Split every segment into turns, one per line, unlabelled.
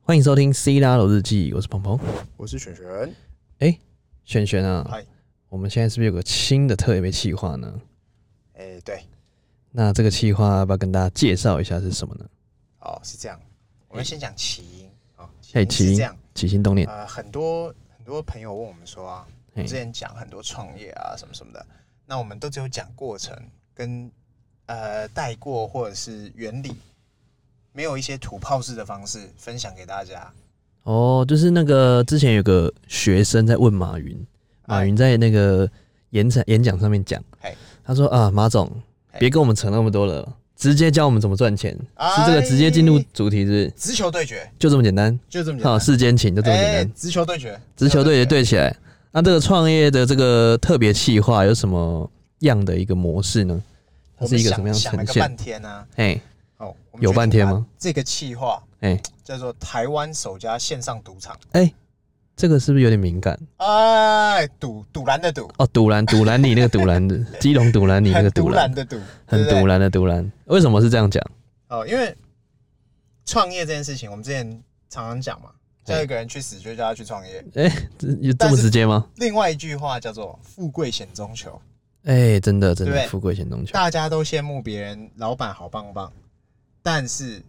欢迎收听《C 大楼日记》，我是鹏鹏。
我是璇璇，
璇璇啊
嗨，
我们现在是不是有个新的特别企划呢？
哎、对，
那这个企划要不要跟大家介绍一下是什么呢？
哦，是这样，我们先讲起因啊，
哎起
哦、起
因
因是这样，
起心动念，
呃，很多很多朋友问我们说啊，我
嘿
们之前讲很多创业啊什么什么的，那我们都只有讲过程跟呃带过或者是原理，没有一些土炮式的方式分享给大家。
哦，就是那个之前有个学生在问马云，马云在那个演讲演讲上面讲
嘿，
他说啊，马总，
嘿
别跟我们扯那么多了，直接教我们怎么赚钱，是这个
哎
直接进入主题是不是？
直球对决，
就这么简单，
就这么简
好，
单。
世间情就这么简
哎，
单。
直球对决，
直球对决对起来。那这个创业的这个特别企划有什么样的一个模式呢？它
我
是
们
一个什
想
么样的
想了
呈
个
现
半？天呢、
哎
啊，哦，我们
有
决定
半天
把
吗？
这个企划
哎
叫做台湾首家线上赌场，
哎，这个是不是有点敏感？
哎，赌赌蓝的赌，
哦，赌蓝，赌蓝，你那个赌蓝的，基隆赌蓝，你那
很
个
赌
赌蓝
蓝，的赌，
很
对不对
赌蓝的赌蓝。为什么是这样讲？
哦，因为创业这件事情，我们之前常常讲嘛，
对
叫一个人去死就叫他去创业。
这有这
但
么
是
直接吗？
另外一句话叫做“富贵险中求
哎，真的，真
对
的，
不对
富贵险中”，求。
大家都羡慕别人老板好棒棒，但是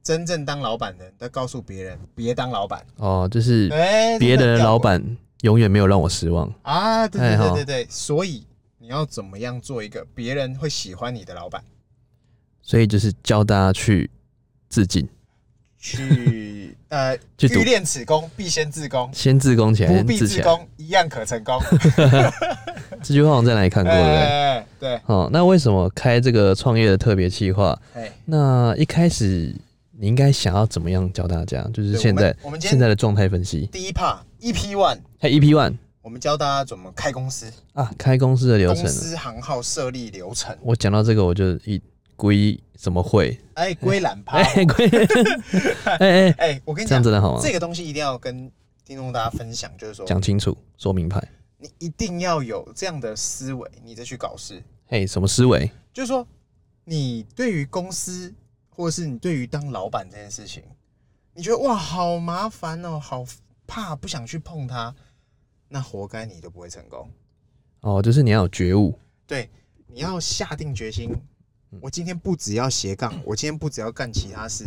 真正当老板的人都告诉别人别当老板，
哦，就是
哎，
别
这
的
个
老板永远没有让我失望。
啊，对对
哎哈
对对对，所以你要怎么样做一个别人会喜欢你的老板？
所以就是教大家去自尽，
去呃，
去赌
欲练此功，必先自宫。
先自宫起来，
不
先
必
自起
自
来。
宫，一样可 成功。
这句话我在哪里看过？对不对？
哎，对，
哦，那为什么开这个创业的特别计划？
哎，
那一开始你应该想要怎么样教大家？就是
对
现在
我们我们今
现
天
在的状态分析。
第一 part EP One，
还 EP One
我们教大家怎么开公司、
啊，开公司的流
公
程了。
司行号设立流程。
我讲到这个，我就一归什么会？
哎，归懒 趴
哎，， 归哎哎，
哎，我跟你
这样
讲，
真的好吗？
这个东西一定要跟听众大家分享，就是说，
讲清楚，说明白。
你一定要有这样的思维，你再去搞事。
嘿，什么思维？
就是说，你对于公司，或者是你对于当老板这件事情，你觉得哇，好麻烦哦，好怕，不想去碰它，那活该你都不会成功。
哦，就是你要有觉悟。
对，你要下定决心，我今天不只要斜杠，我今天不只要干其他事，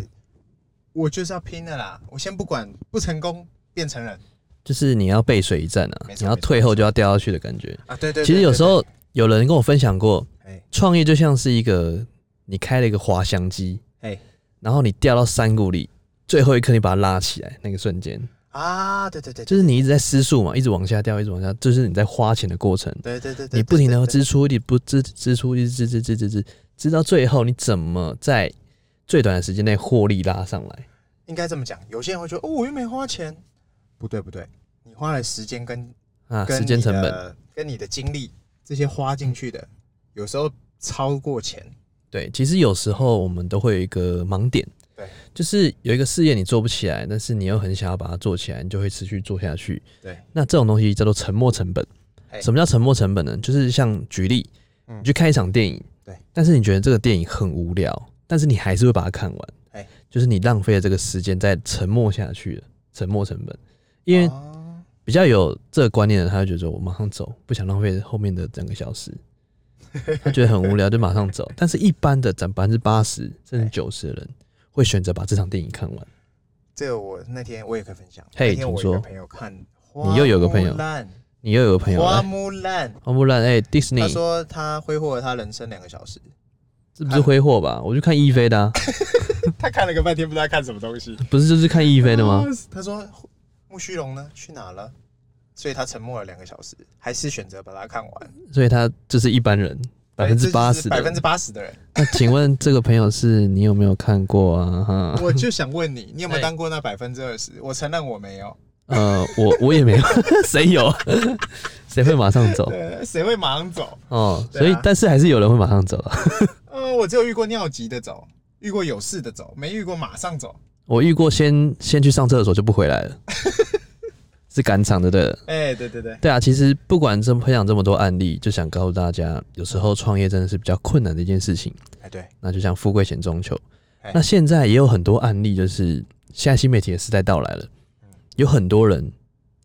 我就是要拼的啦！我先不管不成功变成人
就是你要背水一战啊
没！
你
错
要
没错
退后就要掉下去的感觉。
啊！对对
其实有时，候有人跟我分享过，
哎
创业就像是一个你开了一个滑翔机，
哎
然后你掉到山谷里，最后一刻你把它拉起来，那个瞬间，
啊，对对对，
就是你一直在失速嘛，一直往下掉，一直往下，就是你在花钱的过程，
对对对对，
你不停的
对
支出，你不支支出，一直支支支支支，支到最后，你怎么在最短的时间内获利拉上来？
应该这么讲，有些人会觉得哦，我又没花钱，不对不对，你花了时间跟
啊，
跟
时间成
你
本，
的跟你的精力这些花进去的，有时候超过钱，
对，其实有时候我们都会有一个盲点，
对，
就是有一个事业你做不起来，但是你又很想要把它做起来，你就会持续做下去。
对，
那这种东西叫做沉没成本。
哎
什么叫沉没成本呢？就是像举例，
嗯
你去看一场电影，
对，
但是你觉得这个电影很无聊，但是你还是会把它看完，
哎
就是你浪费了这个时间在沉没下去了，沉没成本。因为
啊
比较有这个观念的人，他会觉得说我马上走，不想浪费后面的整个小时，他觉得很无聊就马上走。但是一般的占百分之八十甚至九十的人会选择把这场电影看完。
这个我那天我也可以分享，
嘿
那天我
请
有
说
一个朋友看，
你又有个朋友
花木兰
你又有个朋友
花
来，
木兰，
花木兰哎
他
，Disney
说他挥霍了他人生两个小时，
这不是挥霍吧？我去看一菲的、啊，
他看了个半天，不知道他看什么东西。
不是就是看一菲的吗？
啊？他说木须龙呢去哪了？所以他沉默了两个小时，还是选择把它看完。
所以他就是一般人，百分之八十
百
的
分之
人。
八十的人，
那请问这个朋友是你有没有看过啊？ 哈，
我就想问你，你有没有
哎
当过那百分之二十？我承认我没有。
呃，我我也没有， 谁有？谁会马上走？
对，呃谁会马上走？
哦，
对啊
所以但是还是有人会马上走啊。
呃，我只有遇过尿急的走，遇过有事的走，没遇过马上走。
我遇过先先去上厕所就不回来 了，是赶场的，对了。
哎，对对对，
对啊，其实不管这么分享这么多案例，就想告诉大家，有时候创业真的是比较困难的一件事情。
哎对，
那就像富贵险中求
哎。
那现在也有很多案例，就是现在新媒体的时代到来了，
嗯
有很多人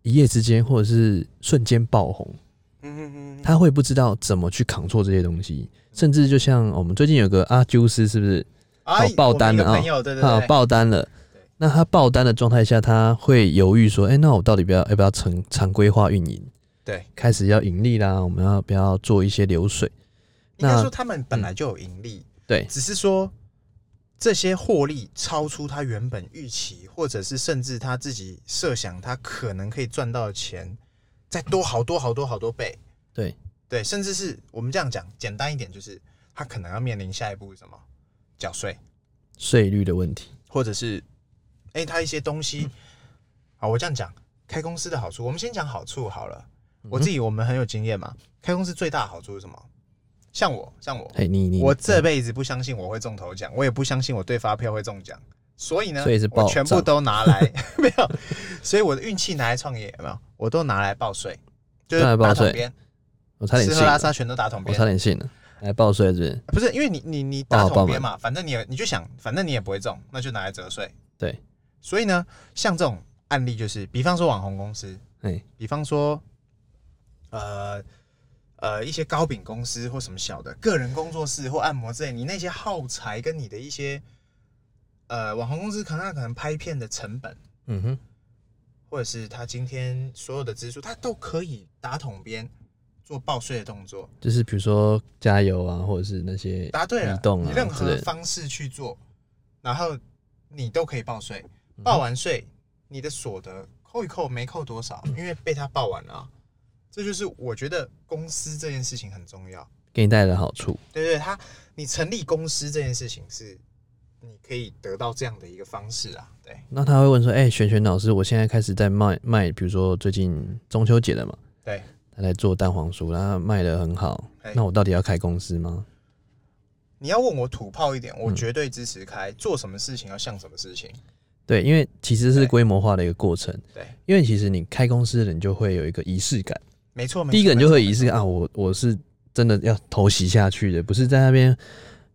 一夜之间或者是瞬间爆红，
嗯嗯嗯，
他会不知道怎么去扛错这些东西，甚至就像我们最近有个阿啾斯，是不是？
哎
爆单了
我
啊
们一个朋友，对对
他
对，
爆单了。那他爆单的状态下，他会犹豫说：“哎、那我到底不要要不要常常规化运营？
对，
开始要盈利啦，我们要不要做一些流水
应该
那
说他们本来就有盈利，？”
对，
只是说这些获利超出他原本预期，或者是甚至他自己设想他可能可以赚到的钱，再多好多好多好多倍。
对
对，甚至是我们这样讲简单一点，就是他可能要面临下一步是什么缴税，
税率的问题，
或者是哎、他一些东西。好，我这样讲，开公司的好处，我们先讲好处好了。我自己我们很有经验嘛，开公司最大的好处是什么？像我，像我，
哎，你你
我这辈子不相信我会中头奖，我也不相信我对发票会中奖，所以呢，
所以是报
我全部都拿 来没有，所以我的运气拿来创业有没有？我都拿来报税，就是
拿来报
打桶
税
边，
我差点
吃
信
喝拉
了，
撒全都打桶
我
边
差。点信了，来报税是不是？
不是因为你你你
哦报
打
好
桶边嘛，反正你也你就想，反正你也不会中，那就拿来折税。
对，
所以呢，像这种案例就是，比方说网红公司，
哎，
比方说，呃呃，一些糕饼公司或什么小的个人工作室或按摩之类，你那些耗材跟你的一些呃网红公司，可能它可能拍片的成本，
嗯哼，
或者是他今天所有的支出，他都可以打桶边做报税的动作。
就是比如说加油啊，或者是那些
答对了，
移动啊
你任
之
何
类的
方式去做，然后你都可以报
嗯
税。报完税，你的所得扣一扣，没扣多少，因为被他报完了啊、这就是我觉得公司这件事情很重要。
给你带来的好处。
对对，他你成立公司这件事情是你可以得到这样的一个方式啊。对，
那他会问说：“哎、璇璇老师，我现在开始在卖卖，比如说最近中秋节了嘛，
对，
他在做蛋黄酥，然后卖的很好
哎，
那我到底要开公司吗？
你要问我土炮一点，
嗯
我绝对支持开，做什么事情要像什么事情。
对，因为其实是
对
规模化的一个过程。
对，
因为其实你开公司的人就会有一个仪式感，
没错，没错
第一个人就会有仪式
没错
感啊，我我是真的要投袭下去的，不是在那边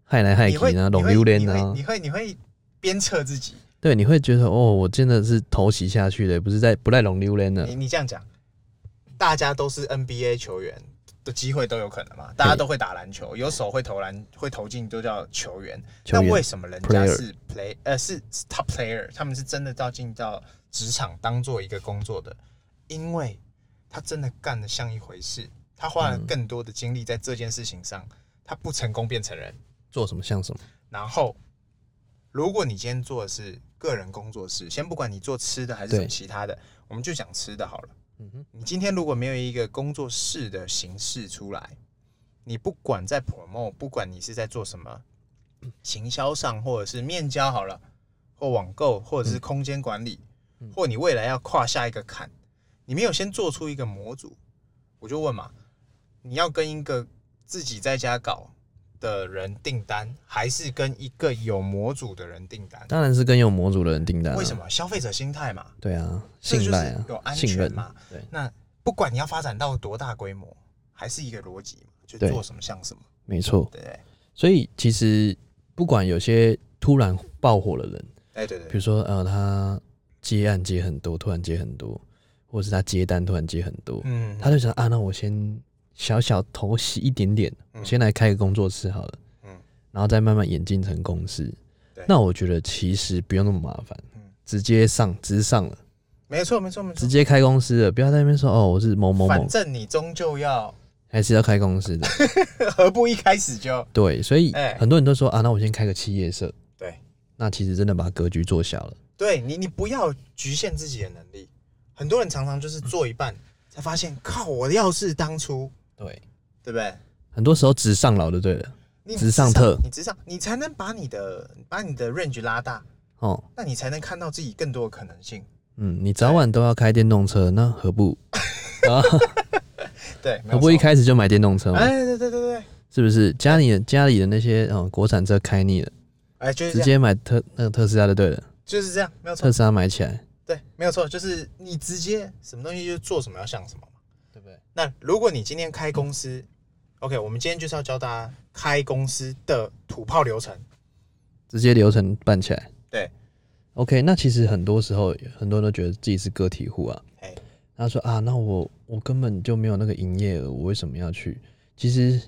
害来害
你会
去啊，
你
拢
会
榴莲
你会
啊，
你会你会鞭策自己。
对，你会觉得哦，我真的是投袭下去的，不是在不赖拢榴莲的
你，你这样讲，大家都是 NBA 球员的机会都有可能嘛？大家都会打篮球，有手会投篮，会投进都叫球员。
球
那为
员
什么人家
player
是 play 呃是是 top player，他们是真的到进到职场当做一个工作的？因为他真的干得像一回事，他花了
嗯
更多的精力在这件事情上，他不成功变成人。
做什么像什么，
然后，如果你今天做的是个人工作室，先不管你做吃的还是什么
对
其他的，我们就讲吃的好了。
嗯哼，
你今天如果没有一个工作室的形式出来，你不管在 promo，不管你是在做什么行销上，或者是面交好了，或网购，
嗯
或者是空间管理，或你未来要跨下一个坎，你没有先做出一个模组，我就问嘛，你要跟一个自己在家搞的人订单，还是跟一个有模组的人订单？
当然是跟有模组的人订单、啊，
为什？么？消费者心态嘛。
对啊，
这个
信赖
就是有
啊，
安
信任
全嘛。
对，
那不管你要发展到多大规模，还是一个逻辑嘛，就
对
做什么像什么，
没错。
对不对？
所以其实不管有些突然爆火的人，
哎，对
比
对
如说呃，他接案接很多，突然接很多，或者是他接单突然接很多，
嗯，
他就想啊，那我先小小投袭一点点，
嗯
我先来开个工作室好了，
嗯
然后再慢慢演进成公司
对。
那我觉得其实不用那么麻烦
嗯，
直接上直上了，
没错没错没错
直，接开公司了，不要在那边说哦，我是某某
反
某，
正你终究要，
还是要开公司的。
何不一开始就
对，所以
哎
很多人都说啊，那我先开个企业社，
对
那其实真的把格局做小了。
对你，你不要局限自己的能力。很多人常常就是做一半，才发现靠，我要是当初，
对，
对不对？
很多时候直上老就对了。
你
直上特
你直上，你才能把你的把你的 range 拉大，
哦，
那你才能看到自己更多的可能性。
嗯，你早晚都要开电动车，那何不啊？
对，没有
何不一
错，
开始就买电动车嘛？
哎，对对对对，
是不是？家里家里的那些嗯、国产车开腻了，
哎，就是这
直
样。哦
接买特那个特斯拉就对了，
就是这样，没有错
特。斯拉买起来，
对，没有错，就是你直接什么东西就做什么要像什么嘛。
对不对？
那如果你今天开公司，OK，我们今天就是要教大家开公司的土炮流程。
直接流程办起来。
对，
OK，那其实很多时候很多人都觉得自己是个体户啊
哎，
他说啊，那我我根本就没有那个营业额，我为什么要去？其实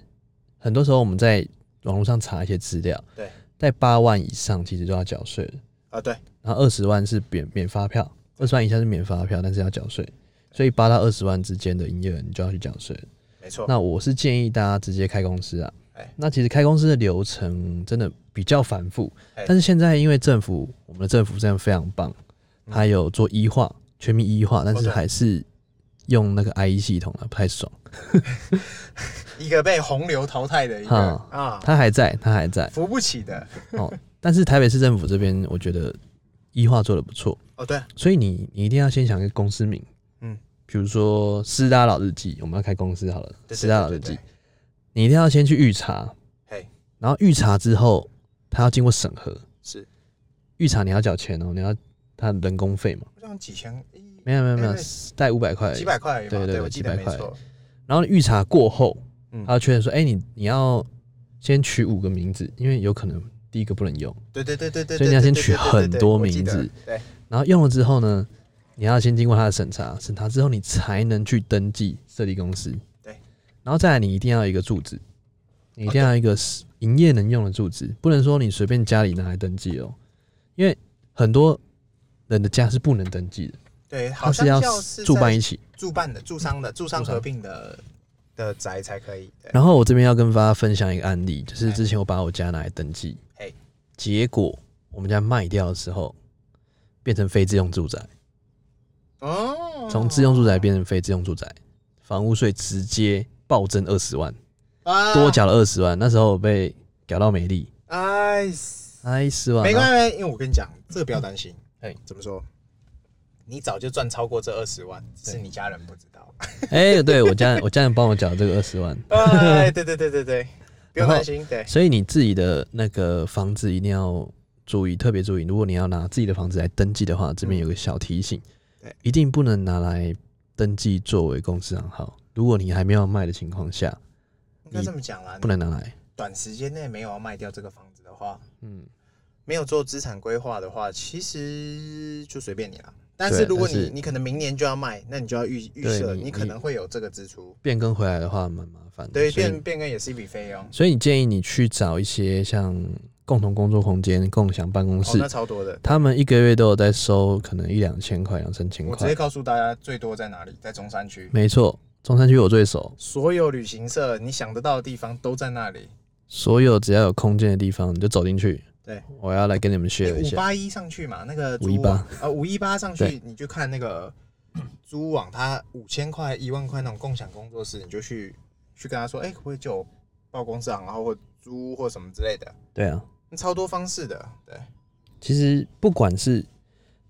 很多时候我们在网络上查一些资料，
对，
在八万以上其实都要缴税了，
啊，对，
然后二十万是免免发票，二十万以下是免发票，但是要缴税，所以八到二十万之间的营业额你就要去缴税了。
没错，
那我是建议大家直接开公司啊
哎。
那其实开公司的流程真的比较繁复
哎，
但是现在因为政府，我们的政府真的非常棒，它有做医化，全民医化，但是
嗯哦对哦
还是用那个 IE 系统啊，不太爽。
一个被洪流淘汰的一个
啊
啊，
它还在，它还在
扶不起的。
哦。但是台北市政府这边，我觉得医化做的不错，
哦，对，
所以你你一定要先想一个公司名，
嗯，
比如说师大老日记，我们要开公司好了，
对
师大老
对
日
对对
记，你一定要先去预查，
嘿，
然后预查之后，他要经过审核。
是，
预查你要缴钱哦、你要他人工费嘛？
好像几千，一
没有没有没有
哎，
带五百块而已。
几百块而已嘛，
对对对
我记得没
几百块
错。
然后预查过后，
嗯
他要确认说，哎、你你要先取五个名字，因为有可能第一个不能用，
对对对对对，
所以你要先取很多名字
对。对对对对对对对我记得对，
然后用了之后呢，你要先经过他的审查，审查之后你才能去登记设立公司。
对，哦
然后再来你一定要有一个住址，你一定要有一个是营业能用的住址，不能说你随便家里拿来登记哦，因为很多人的家是不能登记的，
对，
它
好
是要
像就是
住办
在
一起。
住办的、住商的、住商
住商
合并的的宅才可以。对，
然后我这边要跟大家分享一个案例，就是
哎
之前我把我家拿来登记
哎，
结果我们家卖掉的时候变成非自用住宅，
哦，
从自用住宅变成非自用住宅，房屋税直接暴增二十万，
啊
多缴了二十万。那时候我被搞到没力，
哎，
哎，十万，
没
然后
关系，因为我跟你讲，这个不要担心。
哎
怎么说？你早就赚超过这二十万，只是
对
你家人不知 道。
哎，对我家人，我家人帮我缴这个二十万，
哎，对对对对对，不
然
用
后
担心。对，
所以你自己的那个房子一定要注意，特别注意。如果你要拿自己的房子来登记的话，这边有个小提醒，
嗯对
一定不能拿来登记作为公司行号。如果你还没有卖的情况下，
应该这么讲啦。
不能拿来。
短时间内没有要卖掉这个房子的话，
嗯，
没有做资产规划的话，其实就随便你啦。但是
对
如果
但
你
是
你可能明年就要卖，那你就要预预设
对你
你可能会有这个支出，
变更回来的话蛮麻烦的。
对，
所以
变变更也是一笔费用。
所以你建议你去找一些像共同工作空间、共享办公
哦，
室，
那超多的。
他们一个月都有在收，可能一两千块、两三千
我直接
块。
告诉大家最多在哪里，在中山区，
没错，中山区我最熟，
所有旅行社你想得到的地方都在那里。
所有只要有空间的地方你就走进去。
对，
我要来跟你们
你
share 一
五
下。
八一上去嘛，那个租
518
网呃五一八上去
对，
你就看那个租网，它五千块、一万块那种共享工作室，你就去去跟他说，哎、可不可以借我报公司行，然后或租或什么之类的，
对啊，
超多方式的。对，
其实不管是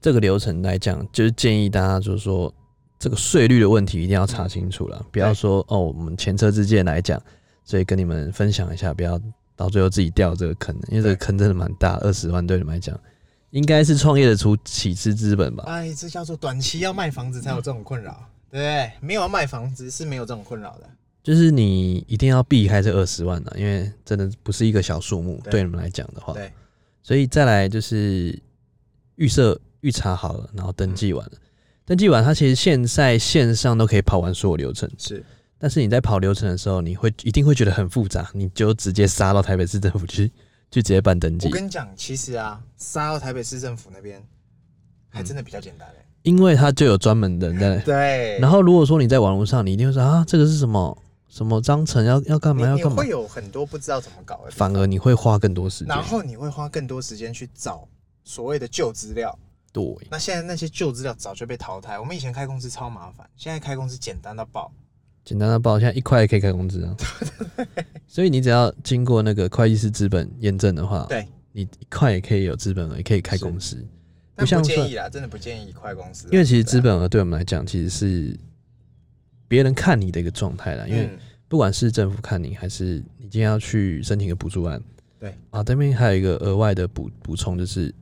这个流程来讲，就是建议大家就是说，这个税率的问题一定要查清楚了，不要说哦，我们前车之鉴来讲，所以跟你们分享一下，不要到最后自己掉这个坑，因为这个坑真的蛮大，二十万对你们来讲，应该是创业的初起始资本吧？
哎，这叫做短期要卖房子才有这种困扰，对不对？没有要卖房子是没有这种困扰的。
就是你一定要避开这二十万啊，因为真的不是一个小数目，
对
对你们来讲的话，
对，
所以再来就是预设预查好了，然后登记完了。登记完，它其实现在线上都可以跑完所有流程，
是
但是你在跑流程的时候，你会一定会觉得很复杂，你就直接杀到台北市政府去，去直接办登
我
记，
跟你讲，其实啊，杀到台北市政府那边还真的比较简单嘞、
因为它就有专门的人在。
对，
嗯然后如果说你在网络上，你一定会说啊，这个是什么什么章程要要干
你
嘛要
你
干嘛
会，有很多不知道怎么搞的地方，
反而你会花更多时间
然。后你会花更多时间去找所谓的旧资料。
对，
那现在那些旧资料早就被淘汰。我们以前开公司超麻烦，现在开公司简单到爆。
简单的报，现在一块也可以开工 资啊。所以你只要经过那个会计师资本验证的话，
对，
你一块也可以有资本额，也可以开公司。
但
不
不
像
建
说
议啦，真的不建议快公司啦，
因为其实
对
资
啊，
本额对我们来讲，其实是别人看你的一个状态啦。因为
嗯
不管是政府看你，还是你今天要去申请个补助案，
对
啊，这边还有一个额外的补补充，就是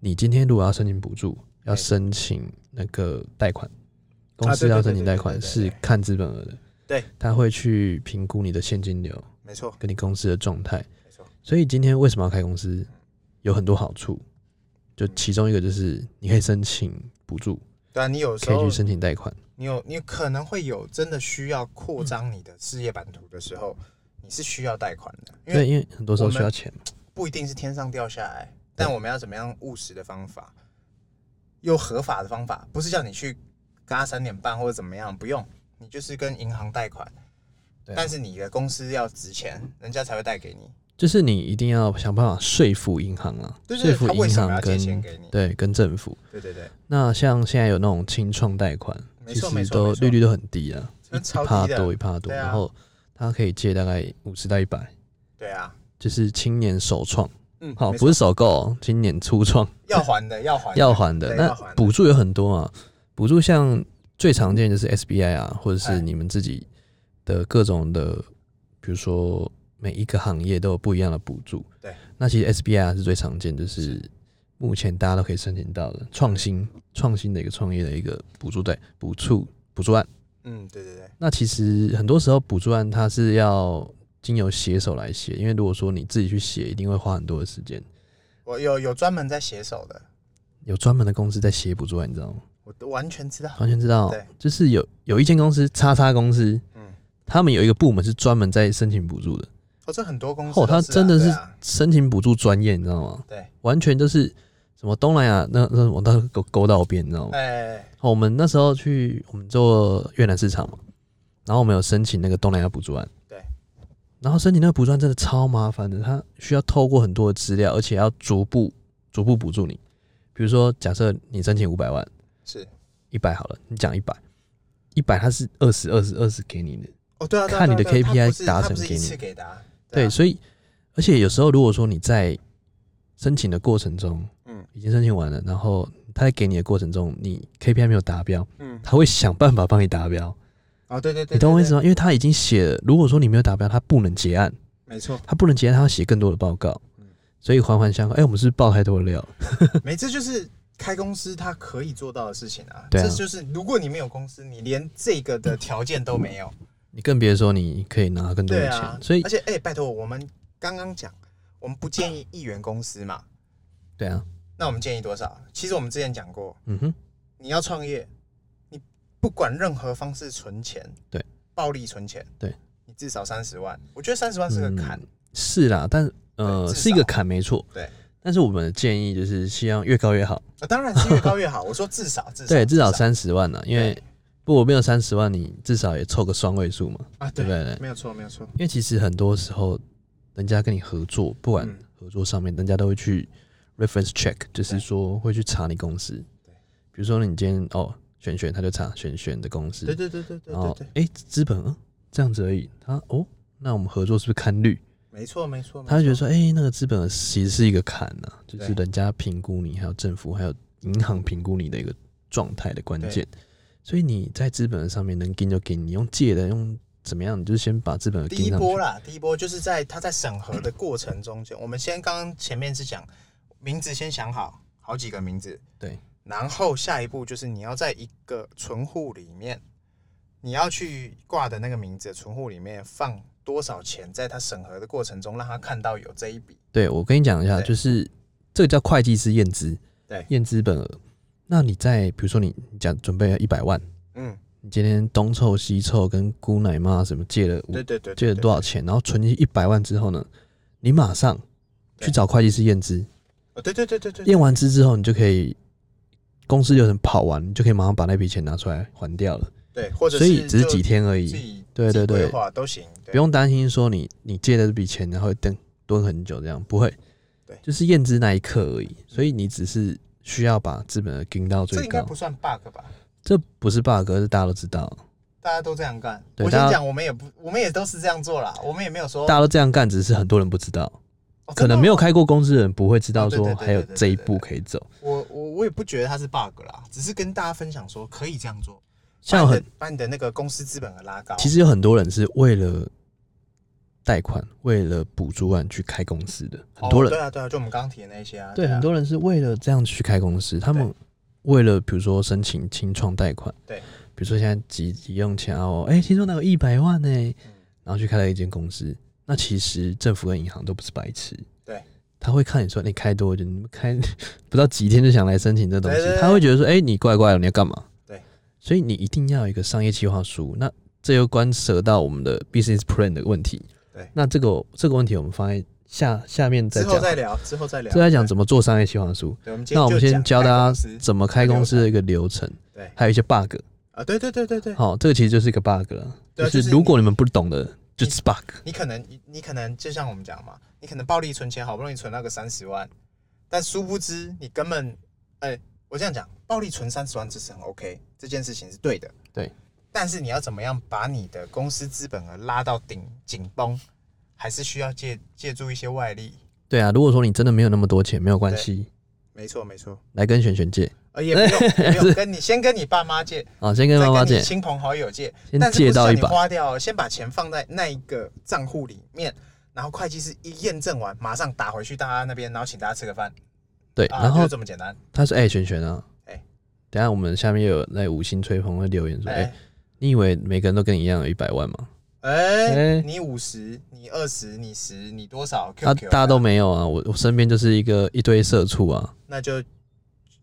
你今天如果要申请补助，要
对
申请那个贷款，公
啊
司
对
要
对
申
对
请
对
贷
对
款
对
是
对
看资本额的，
对，
他会去评估你的现金流。
没错
跟你公司的状态。
没错，
所以今天为什么要开公司，有很多好处，就其中一个就是你可以申请补助，
对啊，你有时
可以
候
去申请贷款。
你有你可能会有真的需要扩张你的事业版图的时候，你是需要贷款的，因为
对，因为很多时候需要钱嘛。
不一定是天上掉下来，但我们要怎么样务实的方法，用合法的方法，不是叫你去嘎三点半或者怎么样，不用，你就是跟银行贷款，
对啊
但是你的公司要值钱，人家才会贷给你，
就是你一定要想办法说服银行啊，
对
说
对，
服
他为
银
什么
行
要借钱
跟
给你？
对跟政府。
对对对，
那像现在有那种清创贷款，
没
其
错没
实
错
都
没错
利率都很低啊，
真
一
的超
帕
低的
多一帕多，
对啊
然后它可以借大概五十到一百，
对啊，
就是青年首创，
嗯，
好
没
不
错
是首购哦，青年初创
要还 的，要还的
要还的。
对
那
要还的
补助有很多啊，补助像最常见就是 SBI 啊，或者
哎
是你们自己的各种的，比如说每一个行业都有不一样的补助。
对，
那其实 SBI 啊是最常见，就是目前大家都可以申请到的创新创新的一个创业的一个补助对补助补助案。
嗯，对对对，
那其实很多时候补助案它是要经由写手来写，因为如果说你自己去写，一定会花很多的时间。
我有有专门在写手的，
有专门的公司在写补助案，你知道吗？
我都完全知道，
完全知道
对，
就是有有一间公司叉叉公司，
嗯，
他们有一个部门是专门在申请补助的，
哦，这很多公司
哦，
都
他
是啊
真的
对
是
啊
申请补助专业，你知道吗？
对，
完全就是什么东南亚那那什么，当时勾勾到我边，你知道吗？
哎，
哦，我们那时候去我们做越南市场嘛，然后我们有申请那个东南亚补助案，
对，
然后申请那个补助案真的超麻烦的，它需要透过很多的资料，而且要逐步逐步补助你。比如说，假设你申请五百万，
是，
一百好了，你讲一百，一百它是二十二十二十给你的，
哦，对啊，对啊
看
对啊
你的
对啊他
KPI
不是
达
他不
成
是
给
一
你
次给的啊，
对，
啊
所以而且有时候如果说你在申请的过程中，
嗯
嗯，已经申请完了，然后他在给你的过程中，你 KPI 没有达标，
嗯，
他会想办法帮你达标，
哦，对对对，
你懂我意思
吗？
吗？因为他已经写了，如果说你没有达标，他不能结案，
没错，
他不能结案，他要写更多的报告
嗯，
所以环环相扣。哎、我们是不是爆太多的料了，
没这就是开公司他可以做到的事情啊。
对啊
这就是如果你没有公司，你连这个的条件都没有。
你更别说你可以拿更多
对
的钱，
啊，
所以
而且哎、拜托，我们刚刚讲，我们不建议一元公司嘛，
对啊，
那我们建议多少？其实我们之前讲过，
嗯哼，
你要创业，你不管任何方式存钱，
对，
暴力存钱，
对，嗯
你至少三十万，我觉得三十万是个坎。
是啦，但呃
对至
是一个
少
坎没错，
对。
但是我们的建议就是，希望越高越好。
啊，当然是越高越好。我说至少至少
对，至少三十万呢，因为
对
不我没有三十万，你至少也凑个双位数嘛，
啊，
对
对
不对？
没有错没有错，
因为其实很多时候，人家跟你合作，不管
嗯
合作上面，人家都会去 reference check，就是
对
说会去查你公司
对。
比如说你今天哦，璇璇他就查璇璇的公司
对，对对对对
然
对
后
对，
哎资本、嗯这样子而已，他哦，那我们合作是不是看绿？
没错没错，
他就觉得
没
说，
错
哎、那个资本额其实是一个坎呐、就是
对
人家评估你，还有政府，还有银行评估你的一个状态的关键。所以你在资本额上面能跟就跟，你用借的用怎么样，你就先把资本额
第
跟
一
上
波
去。
啦，第一波就是在他在审核的过程中间，我们先刚刚前面是讲名字先想好，好几个名字，
对，
然后下一步就是你要在一个存户里面，你要去挂的那个名字的存户里面放多少钱，在他审核的过程中让他看到有这一笔，
对，我跟你讲一下，
对
就是这个叫会计师验资，
对
验资本额。那你在比如说你讲准备了一百万，
嗯，
你今天东凑西凑跟姑奶妈什么借了五
嗯对对对，
借了多
少？
少钱，然后存进一百万之后呢，你马上去
对
找会计师验资。
哦对对对对对，
验完资之后，你就可以公司流程跑完，你就可以马上把那笔钱拿出来还掉了。
对，或者
所以只是
就
几天而
自
已，
己
对对
自己
对
规划都行，对
不用担心说你你借了这笔钱，然后蹲蹲很久这样，不会。
对嗯
就是验资那一刻而已，所以你只是需要把资本额盯到
这
最
应该
高
不。哦算 bug 吧？
这不是 bug，是大家都知道，
大家都这样干。
对
我
大
先
家
讲，我们也不，我们也都是这样做啦，我们也没有说
大，家都这样干，只是很多人不知道，
哦
可能没。有
真的吗
开过公司的人不会知道
哦对对
说
对对
还有
对对
这一
对
步
对
可以走。
我我我也不觉得它是 bug 啦，只是跟大家分享说可以这样做，
像
把
很
你的把你的那个公司资本额拉高。
其实有很多人是为了贷款、为了补助案去开公司的，很多
哦
人、
对啊对啊，就我们刚刚提的那些啊，
对
啊
很多人是为了这样去开公司，他们为了比如说申请清创贷款，
对
比如说现在急急用钱啊，哦，哎、听说那有一百万呢、
嗯
然后去开了一间公司，那其实政府跟银行都不是白痴，
对，
他会看你说你开多久，你们开 不到几天就想来申请这东西，
对对对
他会觉得说，哎、你怪怪的，你要干嘛？
对，
所以你一定要有一个商业计划书。那这又关涉到我们的 business plan 的问题。
对
那这个这个问题我们放在下下面再
之后
讲，
再聊，之后再聊。
再来讲怎么做商业计划书。
对，我们啊今天
那我们
就
先
讲
教大
开
家
公司
怎么开公司的一个流程，
对
还有一些 bug。
啊，对对对对对，
好，这个其实就是一个 bug 了，就
对啊就是是
如果你们不懂的，就是 bug。
你可能你你可能就像我们讲嘛，你可能暴力存钱，好不容易存到个三十万，但殊不知你根本，哎、我这样讲，暴力存三十万这是很 OK，这件事情是对的，
对。
但是你要怎么样把你的公司资本额拉到顶紧绷，还是需要借借助一些外力。
对啊，如果说你真的没有那么多钱，没有关系，
没错没错，
来跟璇璇借
呃也不用也 不用跟你先跟你爸妈借，
啊，先跟
再
妈妈
跟
借
你，亲朋好友借，
先
但是
借
不是
到
叫
一
你
把。
花啊掉，哦先把钱放在那一个账户里面，然后会计师一验证完，马上打回去大家那边，然后请大家吃个饭，
对，
啊，
然
就
后
是这么简单。
他说：“哎，璇璇啊，
哎
等一下我们下面又有在五星吹捧会留言说，哎
哎，
你以为每个人都跟你一样有一百万吗？哎
哎，你五十，你二十，你十，你多少
啊，
？QQ，
大家都没有啊，我我身边就是一个一堆社畜啊，
那就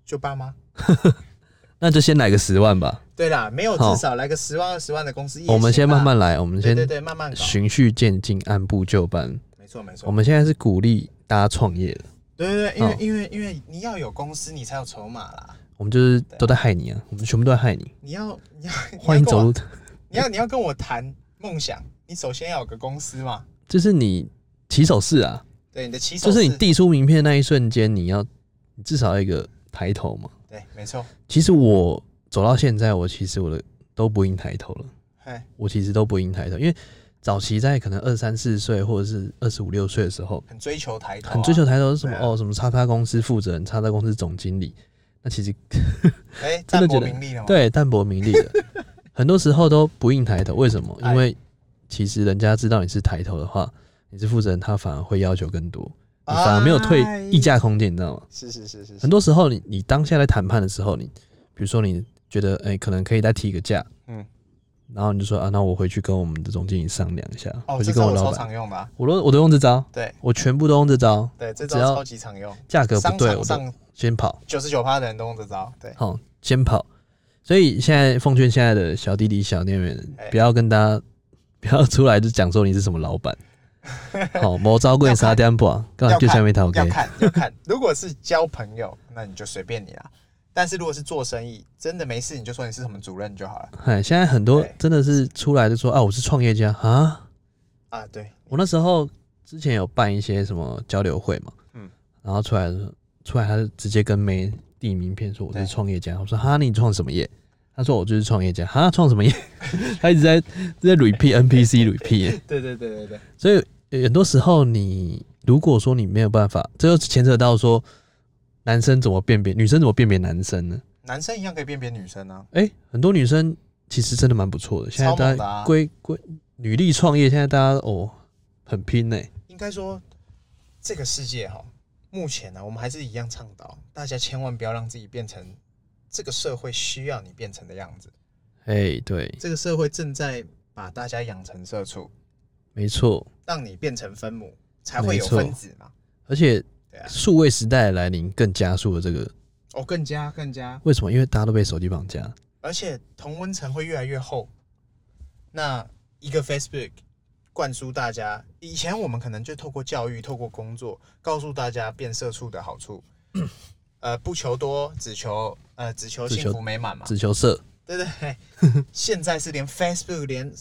就爸妈。
那就先来个十万吧，
对啦，没有
好
至少来个十万二十万的公司也行啦，
我们先慢慢来，我们
对
先
对对，慢慢搞，
循序渐进，按部就班。
没错没
我
错。
们现在是鼓励大家创业的，
对对对，因为
好
因为因为你要有公司，你才有筹码啦。
我们就是都在害你啊，我们全部都在害你。
你要你要你要
欢迎
跟我
走入，
你要你要跟我谈梦想，你首先要有个公司嘛，
就是你起手式啊，
对，你的起手
就
式
是你递出名片那一瞬间，你要你至少要一个抬头嘛。
对，没错，
其实我走到现在，我其实我的都不应抬头了，
哎，
我其实都不应抬头，因为早期在可能二三四岁或者是二十五六岁的时候，
很追求抬头、
很追求，抬头是什么、
对啊
哦，什么叉叉公司负责人、叉叉公司总经理，那其实
哎，
真
淡
的觉
泊
得
名利了嘛，
对，淡泊名利 的，很多时候都不应抬头。为什么？因
哎
为其实人家知道你是抬头的话，你是负责人，他反而会要求更多，你反而没有退
哎
议价空间，你知道吗？
是是是是
很
是，
多时候你，你当下在谈判的时候，你比如说你觉得哎、可能可以再提个价，
嗯，
然后你就说啊，那我回去跟我们的总经理商量一下，
哦，
回去
这
跟
招
我
我
老
超
板，
常用的、啊，
我都我都用这招，
对
我全部都用这招，
对，这
只要
招超级常用，
价格不
商
对，
场
我都
上
先跑。
九十九趴的人都用这招，对，
好、先跑。所以现在奉劝现在的小弟弟、小店员，
哎
不要跟大家不要出来就讲说你是什么老板。 好、谋招贵啥店不？刚好
要
就
看
下面头给
要。看要看，如果是交朋友，那你就随便你啦。但是如果是做生意，真的没事你就说你是什么主任就好了
哎，现在很多
对
真的是出来就说啊，我是创业家啊。
啊。对，
我那时候之前有办一些什么交流会嘛，嗯
嗯，
然后出来的时候出来他就直接跟妹递名片说我是
对
创业家。我说哈，你创什么业？他说我就是创业家。哈，创什么业？ 他一直在一直在 repeat NPC repeat 耶
对对对对对，
所以呃很多时候你如果说你没有办法，这就牵扯到说男生怎么辨别，女生怎么辨别男生呢？
男生一样可以辨别女生啊。
哎、很多女生其实真的蛮不错的，现在
超
大
猛的
家
啊
归归女力创业，现在大家哦很拼呢、
应该说，这个世界哈，目前呢、我们还是一样倡导大家千万不要让自己变成这个社会需要你变成的样子。
哎、对，
这个社会正在把大家养成社畜，
没错，
让你变成分母，才会有
没错
分子嘛。
而且
对啊
数位时代的来临更加速了这个，
哦，更加更加，
为什么？因为大家都被手机绑架，
而且同温层会越来越厚。那一个 Facebook 灌输大家，以前我们可能就透过教育、透过工作，告诉大家变社畜的 好处。呃，不求多，只求呃，只求
只
幸
求
福美满嘛。
只求色，
对对对， 现在是连 Facebook、连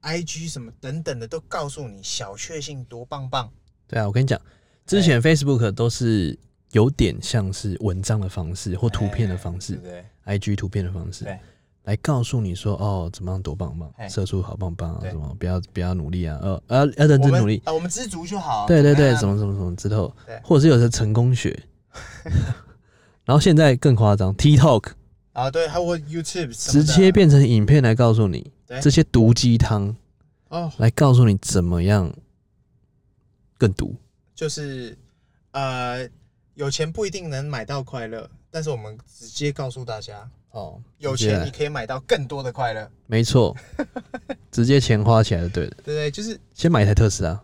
IG 什么等等的都告诉你小确幸多棒棒。
对啊，我跟你讲，之前
哎
Facebook 都是有点像是文章的方式或图片的方式
对，不对？
IG 图片的方式
对，
来告诉你说哦，怎么样多棒棒，
嘿
社畜好棒棒啊，
对
什么不要不要努力啊，呃呃要认
我
真
们
努力，
啊，我们知足就好。啊
对对对，
怎
什
么
么什么什么之后
对，
或者是有的成功 学，然后现在更夸张，TikTok
样啊？对，还有 YouTube 什
直
么的
接变成影片来告诉你
对
这些毒鸡汤，
哦，
来告诉你怎么样更毒，
就是呃，有钱不一定能买到快乐，但是我们直接告诉大家，
哦，
有
直接
钱
来
你可以买到更多的快乐。
没 错，直接钱花起来就对了，
对不对，就是
先买一台特斯拉，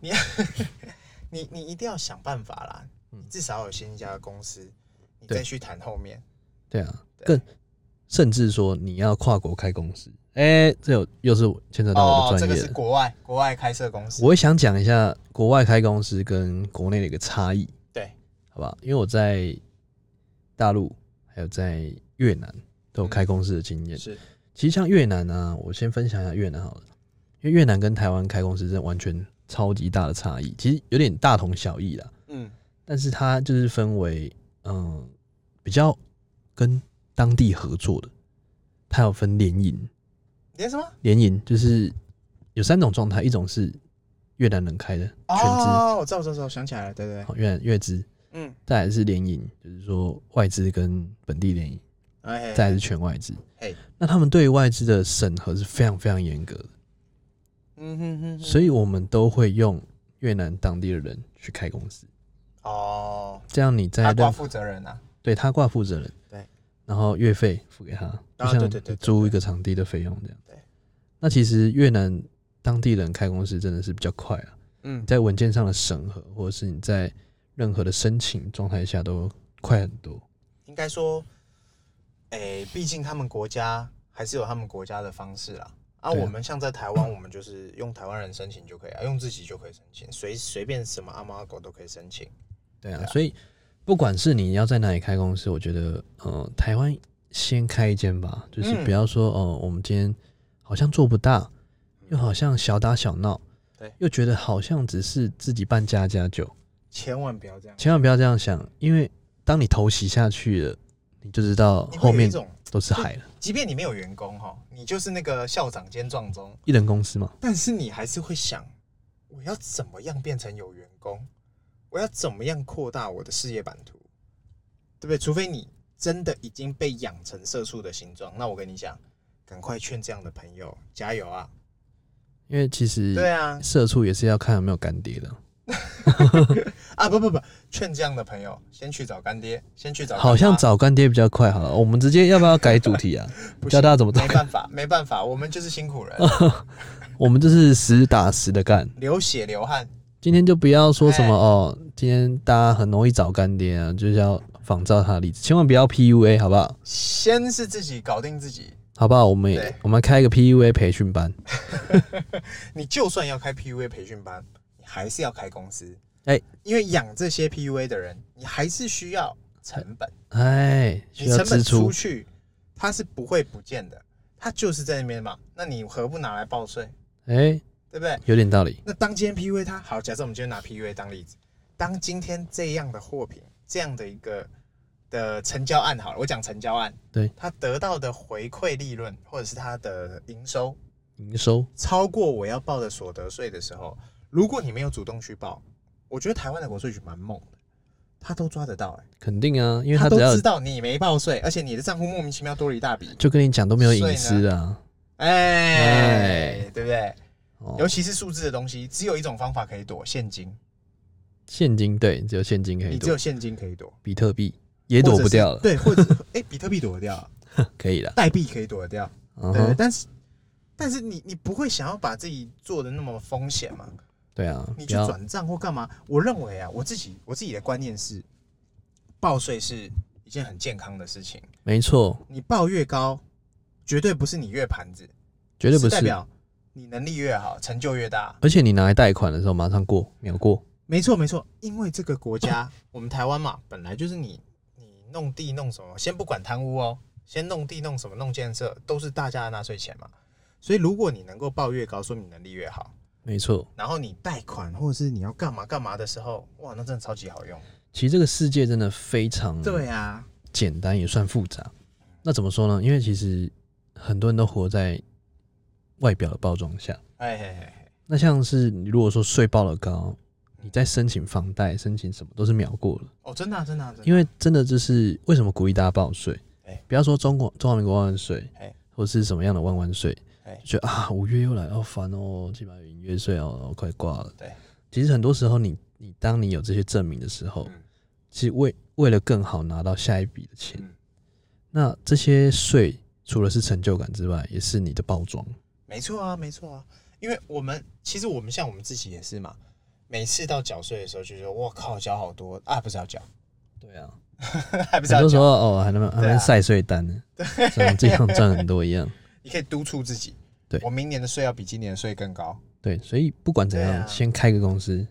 你你一定要想办法啦。
嗯
你至少有先一家公司，你
对
再去谈后面。
对啊，
对
更甚至说你要跨国开公司，哎、这有又是牵扯到我
哦，
的
这
专
个
业
是
了。
国外国外开设公司，
我也想讲一下国外开公司跟国内的一个差异，
对，
好吧？因为我在大陆还有在越南都有开公司的经验。
是
其实像越南呢、我先分享一下越南好了，因为越南跟台湾开公司真的完全超级大的差异，其实有点大同小异啦。
嗯
但是它就是分为嗯比较跟当地合作的，它有分联营，
连什么
联营就是有三种状态，一种是越南人开的全资，
哦，我知道我知道我知道，想起来了，对对对，
好越南越资，
嗯，
再来是联营，就是说外资跟本地联营，
哎，
再来是全外资
嘿。
那他们对于外资的审核是非常非常严格的，
嗯哼哼哼，
所以我们都会用越南当地的人去开公司，
哦，
这样你在
他挂
任
负责人啊，
对他挂负责人，
对，
然后月费付给他，就
啊
像
对对对对
租一个场地的费用这样。
对，
那其实越南当地人开公司真的是比较快啊，
嗯
你，在文件上的审核，或者是你在任何的申请状态下都快很多。
应该说，哎、毕竟他们国家还是有他们国家的方式啦。啊，
对啊
我们像在台湾，我们就是用台湾人申请就可以啊，用自己就可以申请，随随便什么阿猫阿狗都可以申请。
对啊，
对啊
所以不管是你要在哪里开公司，我觉得呃，台湾先开一间吧，就是
嗯
不要说哦、我们今天好像做不大，又好像小打小闹，
对
又觉得好像只是自己办家家酒，
千万不要这样，
千万不要这样想，因为当你头洗下去了，你就知道
你会
后
有一
面
种，
都是海了，
即便你没有员工哈，你就是那个校长兼壮中，
一人公司嘛，
但是你还是会想，我要怎么样变成有员工？我要怎么样扩大我的事业版图？对不对？除非你真的已经被养成社畜的形状，那我跟你讲，赶快劝这样的朋友加油啊！
因为其实
对啊，
社畜也是要看有没有干爹的。
啊不不不，劝这样的朋友先去找干爹，先去找干妈。
好像找干爹比较快。好了，我们直接要不要改主题啊？
不
教
行
大家怎么找
没？办法，没办法，我们就是辛苦人，
我们就是实打实的干。
流血流汗。
今天就不要说什么
哎
哦，今天大家很容易找干爹啊，就是要仿照他的例子，千万不要 PUA，好不好？
先是自己搞定自己，
好不好？我们也
对
我们开一个 PUA 培训班。
你就算要开 PUA 培训班，你还是要开公司。
哎
因为养这些 PUA 的人，你还是需要成本，
哎，需
你
要
成
支
本
出
出，去，它是不会不见的，它就是在那边嘛。那你何不拿来报税，
哎，
对不对？
有点道理。
那当今天 PUA 它好，假设我们今天拿 PUA 当例子，当今天这样的货品，这样的一个的成交案好了，我讲成交案，
对，
它得到的回馈利润或者是它的营收，
营收
超过我要报的所得税的时候，如果你没有主动去报，我觉得台湾的国税局蛮猛的，他都抓得到、欸，
肯定啊，因为
他
他
都
只要
知道你没报税，而且你的账户莫名其妙多了一大笔，
就跟你讲都没有
所以
隐
呢
私的啊。
哎、
哎
对不对？
哦
尤其是数字的东西，只有一种方法可以躲，现金，
现金对，只有现金可以
你只有
躲，
现金可以躲，
比特币也躲不掉了，
或者是对，或者哎、比特币躲 得掉，
可以了。
代币可以躲得掉，
嗯
对，
哼，
但是。但是你你不会想要把自己做的那么风险嘛？
对啊，
你
不
去
要
转账或干嘛？我认为啊，我自己我自己的观念是，报税是一件很健康的事情。
没错，
你报越高，绝对不是你越盘子，
绝对不
代
是。
表你能力越好，成就越大。
而且你拿来贷款的时候，马上过秒过，
没错没错，因为这个国家，我们台湾嘛，本来就是你你弄地弄什么，先不管贪污哦，先弄地弄什么弄建设，都是大家的纳税钱嘛。所以如果你能够报越高，说明你能力越好。
没错。
然后你贷款或者是你要干嘛干嘛的时候，哇，那真的超级好用。
其实这个世界真的非常
对啊，
简单，也算复杂。那怎么说呢？因为其实很多人都活在外表的包装下。
哎嘿嘿嘿，
那像是你如果说税报的高，你在申请房贷、申请什么都是秒过了，
哦，真的、啊、真的、啊、真的啊、
因为真的就是为什么鼓励大家报税
哎？
不要说中国中华民国万万岁
哎，
或是什么样的万万岁
哎，
就觉得啊五月又来，哦烦哦，七八月营业税哦，哦快挂了。
对，
其实很多时候你你当你有这些证明的时候
嗯，
其实为为了更好拿到下一笔的钱
嗯，
那这些税除了是成就感之外，也是你的包装。
没错啊，没错啊，因为我们其实我们像我们自己也是嘛，每次到缴税的时候，就说我靠，缴好多啊，不是要缴，
对啊，
还不是
很
要
多时
缴
候，哦，还能还
对啊
能晒税单呢，像这样赚很多一样。
你可以督促自己，
对
我明年的税要比今年的税更高。
对，所以不管怎
对
样，
啊
先开个公司，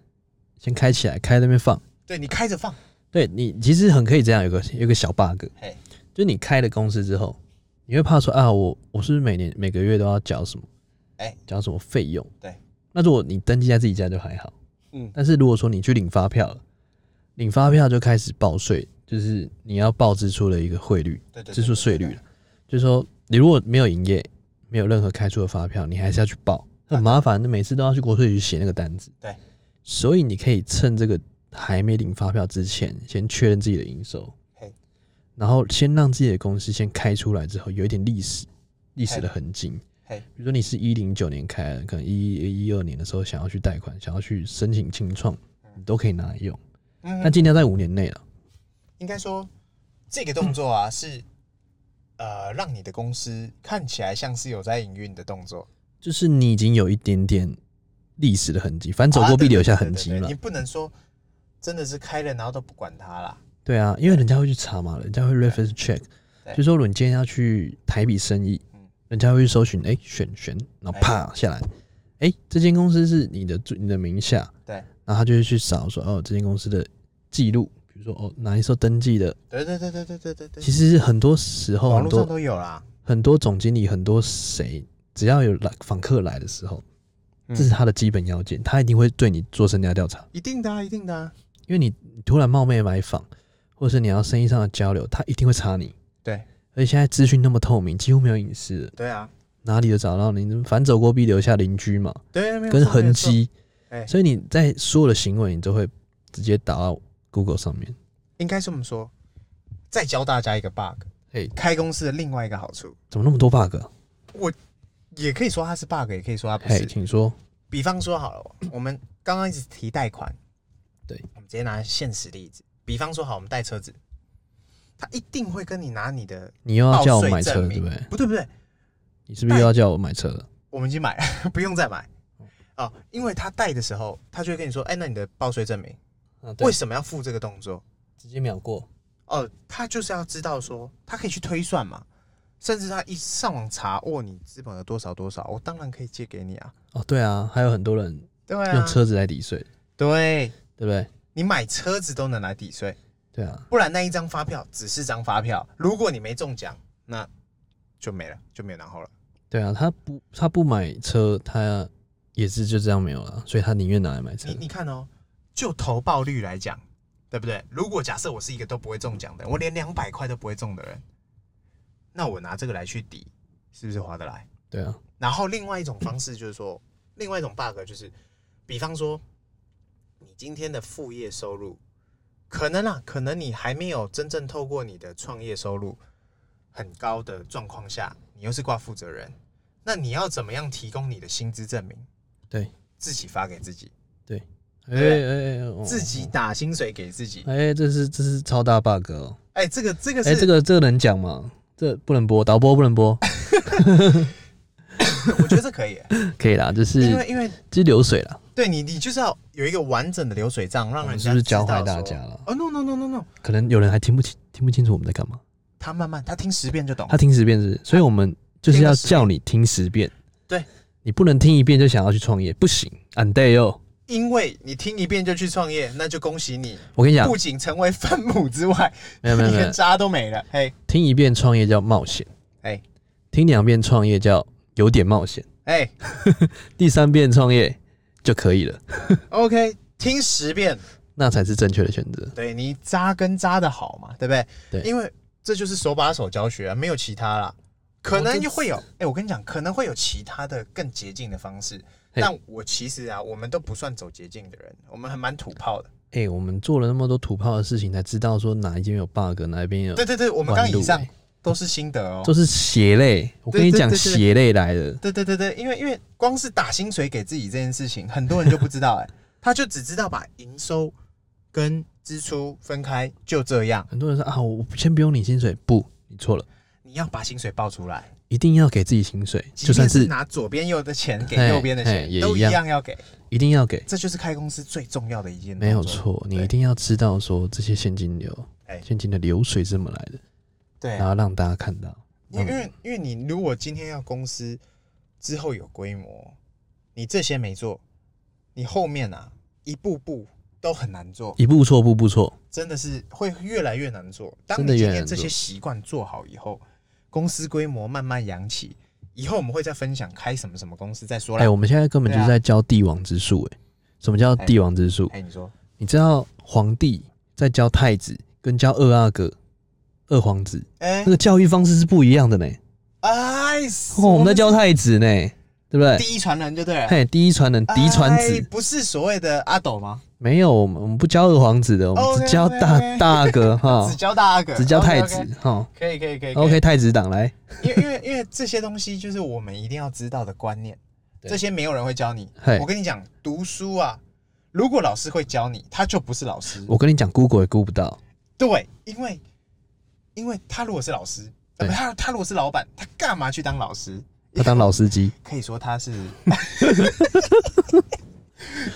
先开起来，开在那边放。
对你开着放，
对你其实很可以这样，有个有个小 bug，
嘿，
就是你开了公司之后，你会怕说啊，我我是不是每年每个月都要缴什么？
哎
缴什么费用？
对。
那如果你登记在自己家就还好，
嗯，
但是如果说你去领发票了，领发票就开始报税，就是你要报支出的一个汇率。
对对，
支
对
出税率了，就是说你如果没有营业，没有任何开出的发票，你还是要去报，很麻烦，每次都要去国税局写那个单子。
对，
所以你可以趁这个还没领发票之前，先确认自己的营收
嘿，
然后先让自己的公司先开出来之后，有一点历史历史的痕迹。
嘿
比如说你是一零九年开的，可能一一二年的时候想要去贷款，想要去申请清创，你都可以拿来用，
嗯
但尽量在五年内了。
应该说这个动作啊是呃让你的公司看起来像是有在营运的动作，
就是你已经有一点点历史的痕迹，反正走过必留下痕迹
啊对对对对
嘛
对你。不能说真的是开了然后都不管它啦。
对啊，因为人家会去查嘛，人家会 reference check，
对
就说如果你今天要去谈一笔生意
嗯，
人家会去搜寻，哎、选选，然后啪下来，哎、这间公司是你的住你的名下，
对，
然后他就会去扫说，哦，这间公司的记录，比如说哦哪一时候登记的，
对对对对对对对对，
其实很多时候
嗯网
哦很
络上
多
都有啦。
很多总经理很多谁，只要有来访客来的时候，
嗯
这是他的基本要件，他一定会对你做身家调查。
一定的、啊，一定的、啊。
因为你你突然冒昧买访，或者是你要生意上的交流，他一定会查你。
对，
而且现在资讯那么透明，几乎没有隐私了，
对啊，
哪里都找到你。反走过必留下邻居嘛，
对，没有
跟
错
痕，迹
没有错哎，
所以你在所有的行为，你都会直接打到 Google 上面。
应该这么说。再教大家一个 bug，
嘿，
开公司的另外一个好处，
哎怎么那么多 bug？啊
也可以说它是 bug，也可以说它不
嘿，
是。
请说。
比方说好了，我们刚刚一直提贷款，
对，
我们直接拿现实例子。比方说好，我们贷车子，他一定会跟你拿你的
你又要
报
叫我
税
买车
证，
对
明，
不对？
不对不对，
你是不是又要叫我买车了？
我们已经买了， 不用再买哦。因为他贷的时候，他就会跟你说，哎、那你的报税证明
啊，
为，什么要付这个动作？
直接秒过。
哦，他就是要知道说，他可以去推算嘛，甚至他一上网查，哦，你资本额多少多少，我当然可以借给你啊，
哦，对啊，还有很多人
对啊，
用，车子来抵税，
对
对不对？
你买车子都能来抵税，
对啊，
不然那一张发票只是张发票，如果你没中奖，那就没了，就没有然后了。
对啊，他不他不买车，他也是就这样没有了，所以他宁愿拿来买车
你。你看哦，就投报率来讲，对不对？如果假设我是一个都不会中奖的人，我连两百块都不会中的人，那我拿这个来去抵，是不是划得来？
对啊，
然后另外一种方式就是说，另外一种 bug 就是，比方说，你今天的副业收入，可能啊，可能你还没有真正透过你的创业收入很高的状况下，你又是挂负责人，那你要怎么样提供你的薪资证明？
对，
自己发给自己，
哎
对
哎哎，哦
自己打薪水给自己。
哎，这是这是超大 bug 哦！
哎，这个这个
哎，
是
这个这个能讲吗？这不能播，导播不能 播，
我觉得这可以，
可以啦， 就是
因为因为
就是流水啦，
对你你就是要有一个完整的流水账，让
我
人
们
家
是不是
知道
教坏大
说
家了？
哦，no no no no no，
可能有人还听不清听不清楚我们在干嘛，
他慢慢他听十遍就懂了。
他听十遍是不是，所以我们就是
哦听
要
了十遍
叫你听十遍，
对
你不能听一遍就想要去创业，不行，and day 哟，
因为你听一遍就去创业，那就恭喜你，
我跟你讲
不，仅成为分母之外，
没有没有
你
没有
连，渣都没了。嘿，
听一遍创业叫冒险，
哎
听两遍创业叫有点冒险，
哎
第三遍创业就可以了，
，OK，听十遍，
那才是正确的选择。
对你渣跟渣的好嘛，对不对？
对
因为这就是手把手教学、啊，没有其他啦。可能会有，哎、我跟你讲，可能会有其他的更捷径的方式。
嘿
但我其实啊，我们都不算走捷径的人，我们还蛮土炮的。
哎、我们做了那么多土炮的事情，才知道说哪一边有 bug，哪一边有
对对对，我们
弯
刚刚
路、
以上
欸
都是心得哦。
都是血泪。我跟
对
你
对
讲，
对对
血泪来的。
对对对对，因为因为光是打薪水给自己这件事情，很多人就不知道哎、他就只知道把营收跟支出分开，就这样。
很多人说啊，我先不用你薪水，不，你错了。
你要把薪水报出来，
一定要给自己薪水，
即
就算
便
是
拿左边右的钱给
嘿
右边的
嘿
钱
也，
都
一
一
样
样要给。
一定要给，
这就是开公司最重要的一件，
没有。错，你一定要知道说这些现金流
哎，
现金的流水是怎么来的，
对啊
然，后让大家看到。
因为因为因为你如果今天要公司之后有规模，你这些没做，你后面啊一步步都很难做，
一步错，步步错，
真的是会越来越难做。当
真
你
的越
今
来越
天
难
这
做
些习惯做好以后，公司规模慢慢扬起，以后我们会再分享开什么什么公司再说
哎、
啦。
我们现在根本就是在教帝王之术，哎，什么叫帝王之术？
哎，你说
你知道皇帝在教太子，跟教二阿哥、二皇子，
哎
那个教育方式是不一样的呢。
哎，
哦，我们在教
是
太子呢，对不对？
第一传人就对了。
嘿，第一传人，嫡传
哎
子，
不是所谓的阿斗吗？
没有，我们我们不教二皇子的，我们只
OK，OK，OK
教大大阿 哥哈
哎只，教大阿哥，
哦只教太
OK，OK
子哈。
可以可以可以可以
OK，太子党来，
因为因为因为这些东西就是我们一定要知道的观念，
对
这些没有人会教你
嘿。
我跟你讲，读书啊，如果老师会教你，他就不是老师。
我跟你讲，Google 也 Google 不到，
对，因为因为他如果是老师，呃、
对
不他他如果是老板，他干嘛去当老师？
他当老司 机。
可以说他 是，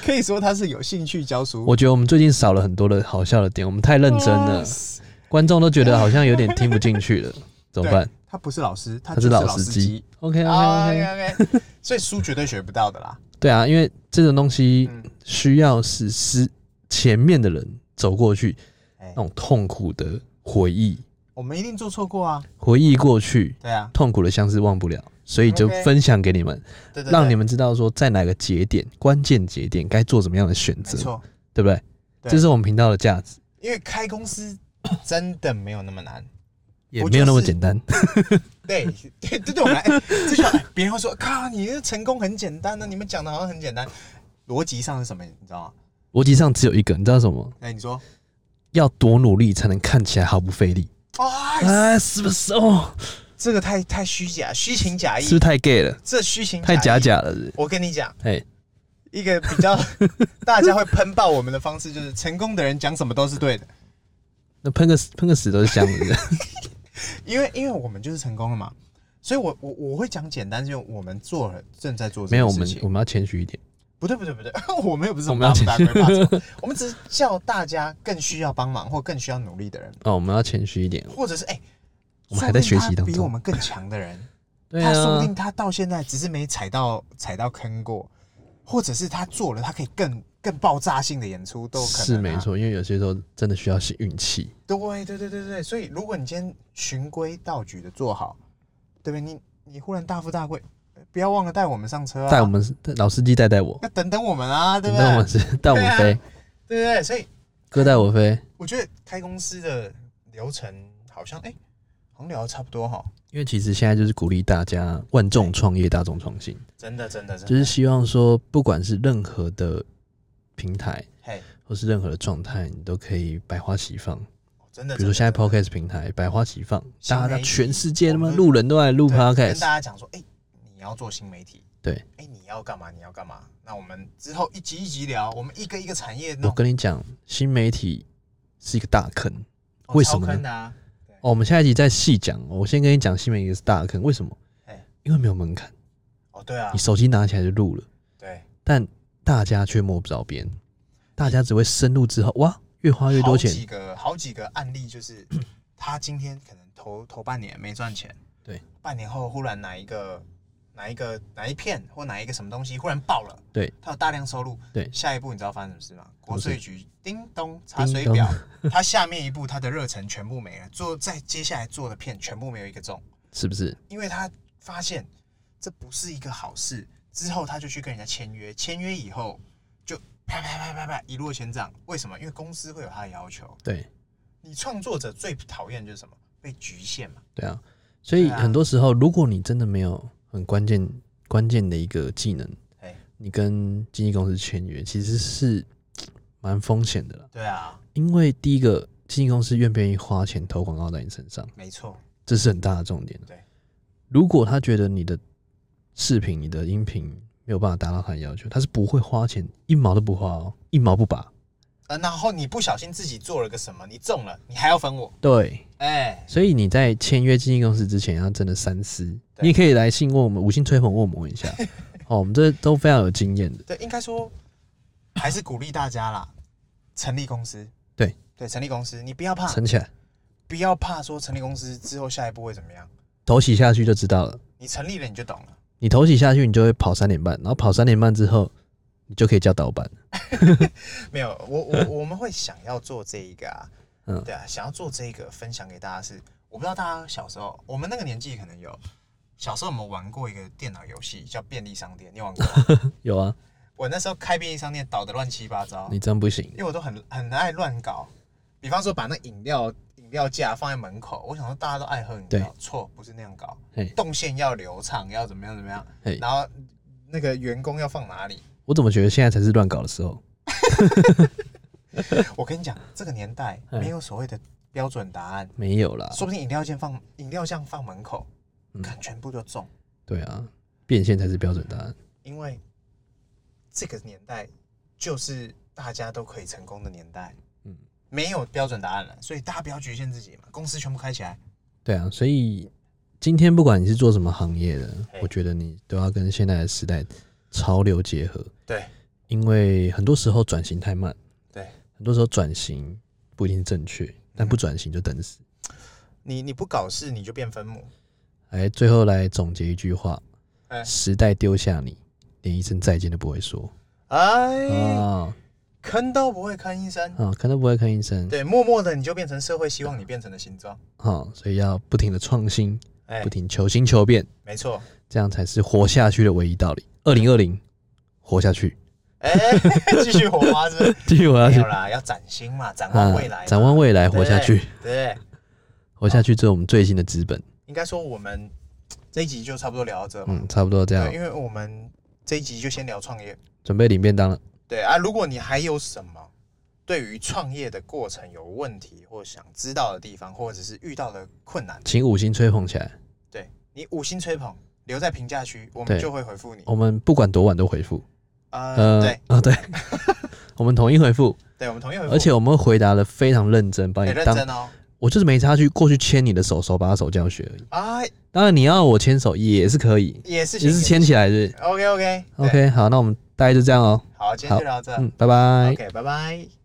可以说他是有兴趣教书。
我觉得我们最近少了很多的好笑的点，我们太认真了
哇，塞
观众都觉得好像有点听不进去 了，怎么办
对？？他不是老师，他
他
就是是
老
老
司
司
机
机。。
OK OK OK，
OK OK，所以书绝对学不到的啦。
对啊，因为这种东西
嗯
需要是是前面的人走过去，
哎
那种痛苦的回忆，
我们一定做错过啊。
回忆过去，
对啊，
痛苦的相思忘不了，所以就
OK
分享给你们，
对对对，
让你们知道说在哪个节点、关键节点该做怎么样的选
没
择，
错，
对不对？
对
这是我们频道的价值，
因为开公司真的没有那么难。
也
我
没有那么
就是
简单。
对对对，对我们来，这就哎别人会说，靠，你的成功很简单呢、啊你们讲的好像很简单，逻辑上是什么？你知道吗？
逻辑上只有一个，你知道什么？
哎，你说，
要多努力才能看起来毫不费力？
哎，
啊，是不是哦？
这个太太虚假，虚情假
是
意
不，是太 gay 了？
这虚情
太假
意。
假了是不是？
我跟你讲，
哎，
一个比 较大家会喷爆我们的方式，就是成功的人讲什么都是对的，
那喷个喷个屎都是香的是不 是。
因为因为我们就是成功了嘛，所以我我我会讲简单，就是我们做了正在做这
没有，
件
我
事
们
情。
我们要谦虚一点。
不对不对不 对，我们又不是
我
我
们
们
要
要
请
大规划 走，我们只是叫大家更需要帮忙或更需要努力的人，
哦，我们要谦虚一点。
或者是哎，
我们还在学习
说
当中
不定他比我们更强的人，
对
他说不
啊
定，他到现在只是没踩到踩到坑过，或者是他做了，他可以更更爆炸性的演出都有可能、啊。
是没，错，因为有些时候真的需要些运气。
对对对对对，所以如果你今天循规蹈矩的做好，对不对？你你忽然大富大贵，呃不要忘了带我们上车、啊，
带我们老司机带带我，
要等等我们啊，对
等
不
等我
对？
是带我
对
们
啊
飞，
对对对，所以
哥带我飞。
我觉得开公司的流程好像哎、好像聊的差不多哈，
因为其实现在就是鼓励大家万众创业、大众创新，
真的真的真的，
就是希望说，不管是任何的平台
嘿，
或是任何的状态，你都可以百花齐放。
真的。
比如说现在
真的
podcast 平台百花齐放，
新
大家
媒
在
体
全世界他
我
妈
们
路人都来录
对跟
podcast，
大家讲说，哎、你要做新媒体，
对
哎、你要干嘛？你要干嘛？那我们之后一集一集聊，我们一个一个产业哦
我
弄，
跟你讲，新媒体是一个大坑。
哦
为什么呢
超坑的啊？
哦，我们下一集再细讲。哦我先跟你讲，新媒体是大坑，为什么
哎？
因为没有门槛，
哦，对啊
你，手机拿起来就录了，
对，
但大家却摸不着边，大家只会深入之后，哇，越花越多
好几
钱。
个好几个案例就是， 他今天可能头头半年没赚钱，
对，
半年后忽然哪一个哪一个哪一片或哪一个什么东西忽然爆了，
对，
他有大量收入，
对
下一步你知道发生什么事吗？国
么事
税局叮咚查
叮
水表， 他下面一步他的热忱全部没了，做在接下来做的片全部没有一个中，
是不是？
因为他发现这不是一个好事，之后他就去跟人家签约，签约以后就啪啪啪啪啪一落千丈，为什么？因为公司会有他的要求。
对
你创作者最讨厌就是什么？被局限嘛。
对啊，所以
对啊
很多时候，如果你真的没有很关键关键的一个技能，
哎，
你跟经纪公司签约，其实是蛮风险的啦。
对啊，
因为第一个，经纪公司愿不愿意花钱投广告在你身上，
没错，
这是很大的重点。
对，
如果他觉得你的视频、你的音频没有办法达到他的要求，他是不会花钱，一毛都不花哦，一毛不拔，
呃，然后你不小心自己做了个什么，你中了，你还要分我，
对，
哎、
所以你在签约经纪公司之前要真的三思。
对
你也可以来信问我们，五星吹捧问我们一 下。哦，我们这都非常有经验的。
对，应该说还是鼓励大家啦，成立公司，
对
对，成立公司，你不要怕，
撑起来，
不要怕说成立公司之后下一步会怎么样，
头洗下去就知道了。
你成立了你就懂了，
你头洗下去，你就会跑三点半，然后跑三点半之后，你就可以叫导板。
没有，我我我们会想要做这一个啊，
嗯
对啊，想要做这一个分享给大家是，我不知道大家小时候，我们那个年纪可能有。小时候我们玩过一个电脑游戏，叫便利商店，你玩 过吗？
有啊，
我那时候开便利商店倒的乱七八糟，
你真不行
因。为我都很很爱乱搞，比方说把那饮料饮料架放在门口，我想说大家都爱喝饮料，错，不是那样搞
嘿，
动线要流畅，要怎么样怎么样
嘿，
然后那个员工要放哪里？
我怎么觉得现在才是乱搞的时候？
我跟你讲，这个年代
嗯
没有所谓的标准答案，
没有啦，
说不定饮料店放饮料酱放门口
嗯，
看全部就中，
对啊，变现才是标准答案。
因为这个年代就是大家都可以成功的年代，
嗯
嗯，没有标准答案了，所以大家不要局限自己嘛，公司全部开起来。
对啊，所以今天不管你是做什么行业的
嘿，
我觉得你都要跟现在的时代潮流结合，
对
因为很多时候转型太慢，
对，嗯
很多时候转型不一定正确，但不转型就等死。
你你不搞事，你就变分母。
来，哎最后来总结一句话：
哎
时代丢下你，连一声再见都不会说
哎，
啊
坑都不会坑医生。
啊，看都不会看医生
对，默默的你就变成社会希望你变成的形状。
啊，所以要不停的创新，
哎
不，停求新求变，
没错。
这样才是活下去的唯一道理。二零二零，活下去，
哎， 继续火花是不是？
继续活下
没
去
有啦，要崭新嘛，展望未来嘛，
嗯展望未来，
对
活下去，。
对，
活下去，这是我们最新的资本。
应该说我们这一集就差不多聊到这嘛。
嗯，差不多这样
对，，因为我们这一集就先聊创业。
准备领便当了。
对啊，如果你还有什么对于创业的过程有问题，或想知道的地方，或者是遇到的困难，
请五星吹捧起来，
对你五星吹捧留在评价区，我
对
们就会回复你。
我们不管多晚都回复。
呃，
呃，
对
啊，对， 我们统一回复，
对，我们同意回复，
而且我们回答的非常认真，把
很
你
认
当
真哦。
我就是没差去过去牵你的手，手把他手教学而已。
啊，
当然你要我牵手也是可以，
也是
只是牵起来是
OK OK
OK。好，那我们大概就这样哦。
好，今天就聊到这
嗯，拜拜。
，OK，拜拜。